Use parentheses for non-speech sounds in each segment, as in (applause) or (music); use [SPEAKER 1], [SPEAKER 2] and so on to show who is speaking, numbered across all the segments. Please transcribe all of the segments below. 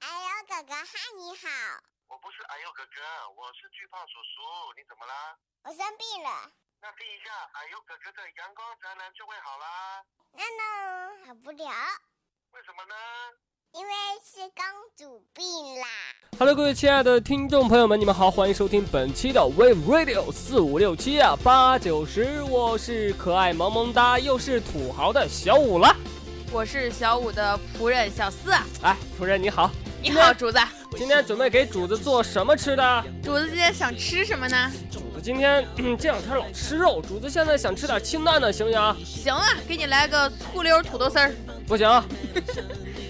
[SPEAKER 1] 哎哥哥，嗨，你好，
[SPEAKER 2] 我不是哎呦哥哥，我是巨胖叔叔，你怎么啦？
[SPEAKER 1] 我生病了，
[SPEAKER 2] 那听一下哎呦哥哥的阳光宅男就会好啦。
[SPEAKER 1] 那呢好不了，
[SPEAKER 2] 为什么呢？
[SPEAKER 1] 因为是公主病啦。
[SPEAKER 3] Hello，各位亲爱的听众朋友们，你们好，欢迎收听本期的 Wave Radio 四五六七啊八九十，我是可爱萌萌哒又是土豪的小五了。
[SPEAKER 4] 我是小五的仆人小四，啊
[SPEAKER 3] 哎，夫人你好，
[SPEAKER 4] 你好，竹子。
[SPEAKER 3] 今天准备给主子做什么吃的？
[SPEAKER 4] 竹子今天想吃什么呢？
[SPEAKER 3] 主子今天、嗯、这两天老吃肉，主子现在想吃点清淡的，行不行？
[SPEAKER 4] 行啊，给你来个醋溜土豆丝儿。
[SPEAKER 3] 不行，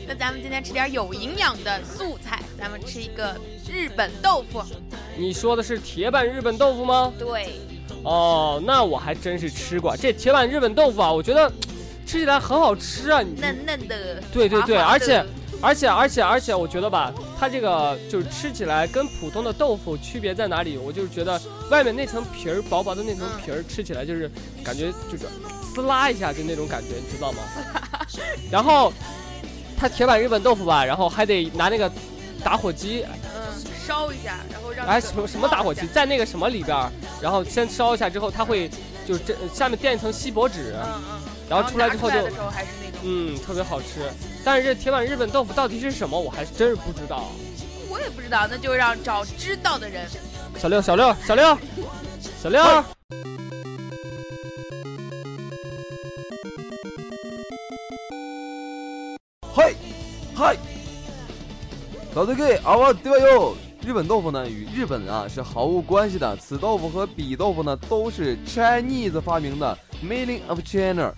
[SPEAKER 4] 那咱们今天吃点有营养的素菜，咱们吃一个日本豆腐。
[SPEAKER 3] 你说的是铁板日本豆腐吗？
[SPEAKER 4] 对，
[SPEAKER 3] 哦，那我还真是吃过这铁板日本豆腐啊，我觉得吃起来很好吃啊。你
[SPEAKER 4] 嫩嫩的，
[SPEAKER 3] 对对对，
[SPEAKER 4] 滑
[SPEAKER 3] 而
[SPEAKER 4] 滑的
[SPEAKER 3] 且而且而且而且，我觉得吧，它这个就是吃起来跟普通的豆腐区别在哪里？我就是觉得外面那层皮儿薄薄的那层皮儿，吃起来就是感觉就是撕拉一下就那种感觉，你知道 (laughs) 吗？然后它铁板日本豆腐吧，然后还得拿那个打火机，
[SPEAKER 4] 嗯，烧一下，然后让
[SPEAKER 3] 哎
[SPEAKER 4] 这个
[SPEAKER 3] 什么什么打火机
[SPEAKER 4] 冒一下
[SPEAKER 3] 在那个什么里边儿，然后先烧一下之后，它会就是这呃下面垫一层锡箔纸，
[SPEAKER 4] 嗯嗯，
[SPEAKER 3] 然后出来之后
[SPEAKER 4] 拿
[SPEAKER 3] 就
[SPEAKER 4] 的时候还是那种，
[SPEAKER 3] 嗯，特别好吃。但是这铁板日本豆腐到底是什么，我还真是不知道。
[SPEAKER 4] 我也不知道，那就让找知道的人。
[SPEAKER 3] 小六，小六，小六，小六。
[SPEAKER 5] 哎
[SPEAKER 6] はいはい早对给啊哇对吧哟！日本豆腐呢与日本啊是毫无关系的，此豆腐和彼豆腐呢都是 Chinese 发明的 Meaning of China。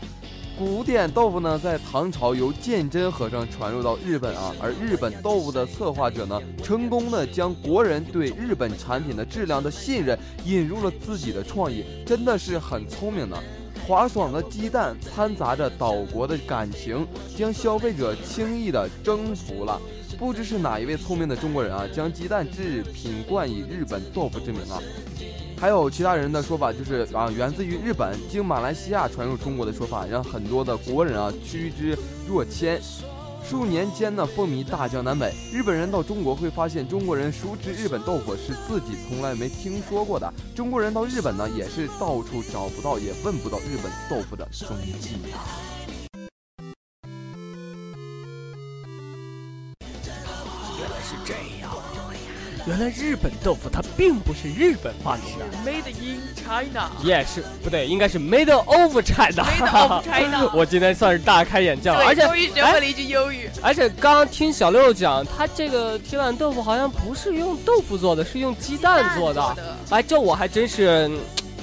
[SPEAKER 6] 古典豆腐呢在唐朝由鉴真和尚传入到日本啊，而日本豆腐的策划者呢成功的将国人对日本产品的质量的信任引入了自己的创意，真的是很聪明的。滑爽的鸡蛋掺杂着岛国的感情，将消费者轻易的征服了。不知是哪一位聪明的中国人啊，将鸡蛋制品冠以日本豆腐之名啊。还有其他人的说法就是啊，源自于日本，经马来西亚传入中国的说法，让很多的国人啊趋之若骅。数年间呢，风靡大江南北。日本人到中国会发现，中国人熟知日本豆腐是自己从来没听说过的。中国人到日本呢，也是到处找不到，也问不到日本豆腐的踪迹啊。
[SPEAKER 5] 原来是这样，原来日本豆腐它并不是日本发明的，
[SPEAKER 4] Made in China。
[SPEAKER 3] 也是不对，应该是 Made of China。(laughs)
[SPEAKER 4] Made of China
[SPEAKER 3] 我今天算是大开眼界了，而
[SPEAKER 4] 对，
[SPEAKER 3] 且哎
[SPEAKER 4] 终于学会了一句英语。
[SPEAKER 3] 而且刚刚听小六讲，他这个铁板豆腐好像不是用豆腐做的，是用鸡蛋做的。
[SPEAKER 4] 的，
[SPEAKER 3] 哎，这我还真是，嗯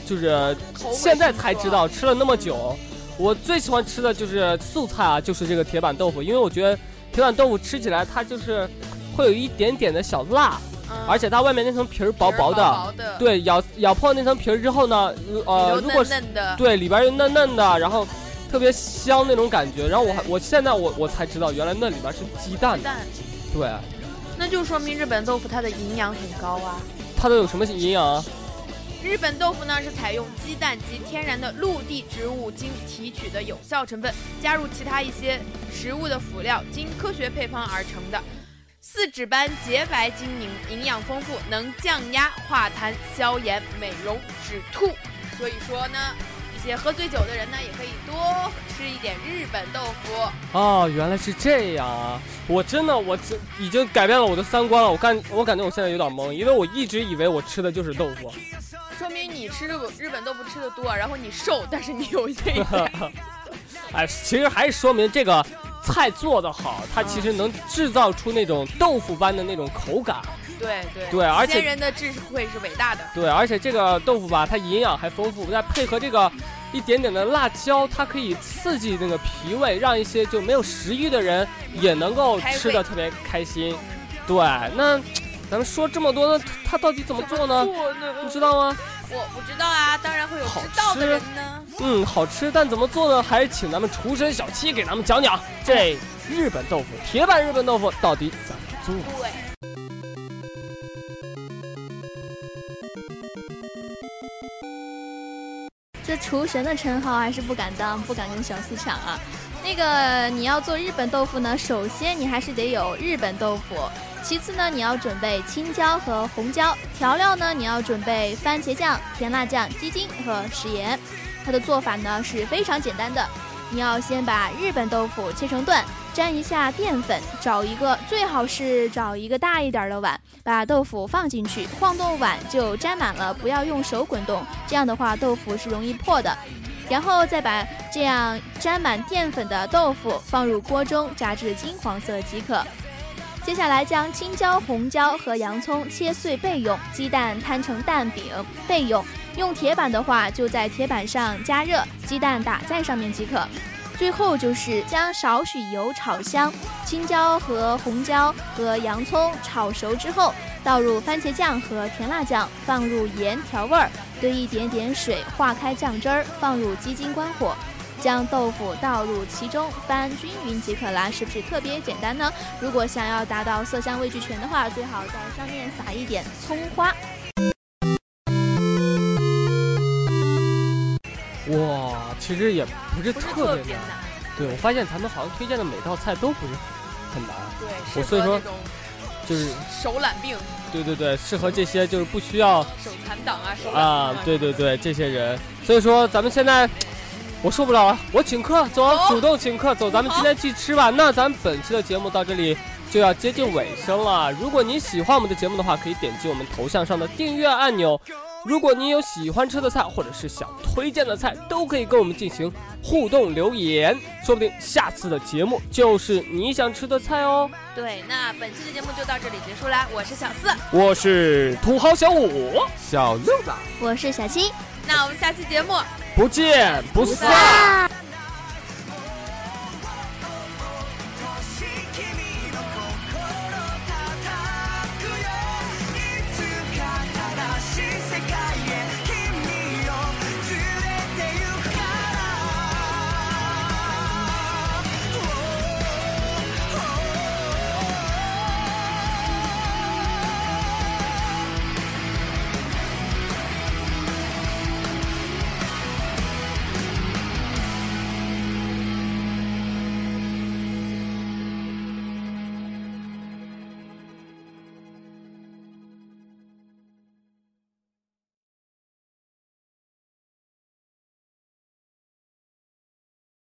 [SPEAKER 3] 就是
[SPEAKER 4] 口味嗯
[SPEAKER 3] 现在
[SPEAKER 4] 不
[SPEAKER 3] 才
[SPEAKER 4] 错
[SPEAKER 3] 知。道，吃了那么久，我最喜欢吃的就是素菜啊，就是这个铁板豆腐，因为我觉得铁板豆腐吃起来它就是会有一点点的小辣，
[SPEAKER 4] 嗯
[SPEAKER 3] 而且它外面那层皮儿薄
[SPEAKER 4] 皮儿薄
[SPEAKER 3] 薄的，
[SPEAKER 4] 的，
[SPEAKER 3] 对，咬咬破那层皮儿之后呢，呃，
[SPEAKER 4] 呃，
[SPEAKER 3] 如果是
[SPEAKER 4] 嫩嫩的，
[SPEAKER 3] 对里边儿又嫩嫩的，然后特别香那种感觉，然后我还我现在我我才知道原来那里边是鸡蛋的，
[SPEAKER 4] 蛋，
[SPEAKER 3] 对，
[SPEAKER 4] 那就说明日本豆腐它的营养很高啊。
[SPEAKER 3] 它都有什么营养啊？
[SPEAKER 4] 日本豆腐呢是采用鸡蛋及天然的陆地植物精提取的有效成分，加入其他一些食物的辅料，经科学配方而成的。四指斑洁白晶莹，营养丰富，能降压、化痰、消炎、美容、止吐。所以说呢，一些喝醉酒的人呢，也可以多吃一点日本豆腐。
[SPEAKER 3] 哦，原来是这样啊！我真的，我这已经改变了我的三观了。我感我感觉我现在有点懵，因为我一直以为我吃的就是豆腐。
[SPEAKER 4] 说明你吃日本日本豆腐吃的多，然后你瘦，但是你有内
[SPEAKER 3] (laughs)
[SPEAKER 4] 在。
[SPEAKER 3] 哎，其实还是说明这个菜做得好，它其实能制造出那种豆腐般的那种口感。
[SPEAKER 4] 对对
[SPEAKER 3] 对而且
[SPEAKER 4] 先人的智慧是伟大的。
[SPEAKER 3] 对，而且这个豆腐吧，它营养还丰富，再配合这个一点点的辣椒，它可以刺激那个脾胃，让一些就没有食欲的人也能够吃的特别开心。对，那咱们说这么多，那它到底怎么做呢？你知道吗？
[SPEAKER 4] 我不知道啊，当然会有
[SPEAKER 3] 好
[SPEAKER 4] 知道的人呢。
[SPEAKER 3] 嗯，好吃，但怎么做呢？还是请咱们厨神小七给咱们讲讲这日本豆腐，铁板日本豆腐到底怎么做？
[SPEAKER 4] 对，
[SPEAKER 7] 这厨神的称号还是不敢当，不敢跟小四抢啊。那个你要做日本豆腐呢，首先你还是得有日本豆腐。其次呢，你要准备青椒和红椒，调料呢你要准备番茄酱、甜辣酱、鸡精和食盐。它的做法呢是非常简单的，你要先把日本豆腐切成段，沾一下淀粉，找一个最好是找一个大一点儿的碗，把豆腐放进去，晃动碗就沾满了，不要用手滚动，这样的话豆腐是容易破的。然后再把这样沾满淀粉的豆腐放入锅中炸至金黄色即可。接下来将青椒、红椒和洋葱切碎备用，鸡蛋摊成蛋饼备用。用铁板的话，就在铁板上加热，鸡蛋打在上面即可。最后就是将少许油炒香，青椒和红椒和洋葱炒熟之后，倒入番茄酱和甜辣酱，放入盐调味儿，兑一点点水化开酱汁儿，放入鸡精关火，将豆腐倒入其中，翻均匀即可啦，是不是特别简单呢？如果想要达到色香味俱全的话，最好在上面撒一点葱花。
[SPEAKER 3] 哇，其实也不是
[SPEAKER 4] 不是
[SPEAKER 3] 特
[SPEAKER 4] 特
[SPEAKER 3] 别
[SPEAKER 4] 别
[SPEAKER 3] 难。
[SPEAKER 4] 难，
[SPEAKER 3] 对我发现咱们好像推荐的每道菜都不是很难，
[SPEAKER 4] 对，
[SPEAKER 3] 我
[SPEAKER 4] 适
[SPEAKER 3] 所以
[SPEAKER 4] 合
[SPEAKER 3] 说
[SPEAKER 4] 那种
[SPEAKER 3] 就是
[SPEAKER 4] 手懒病、
[SPEAKER 3] 对对对，适合这些就是不需要
[SPEAKER 4] 手残党啊，手懒
[SPEAKER 3] 啊，对对对，这些人。所以说咱们现在我受不了了，我请客，走啊，
[SPEAKER 4] 走
[SPEAKER 3] 主动请客，走，咱们今天去吃吧。那咱们本期的节目到这里就要接近尾声了。如果您喜欢我们的节目的话，可以点击我们头像上的订阅按钮。如果您有喜欢吃的菜，或者是想推荐的菜，都可以跟我们进行互动留言，说不定下次的节目就是你想吃的菜哦。
[SPEAKER 4] 对，那本期的节目就到这里结束啦，我是小四，
[SPEAKER 3] 我是土豪小五，
[SPEAKER 6] 小六子。
[SPEAKER 7] 我是小七。
[SPEAKER 4] 那我们下期节目
[SPEAKER 3] 不见不散。
[SPEAKER 7] 啊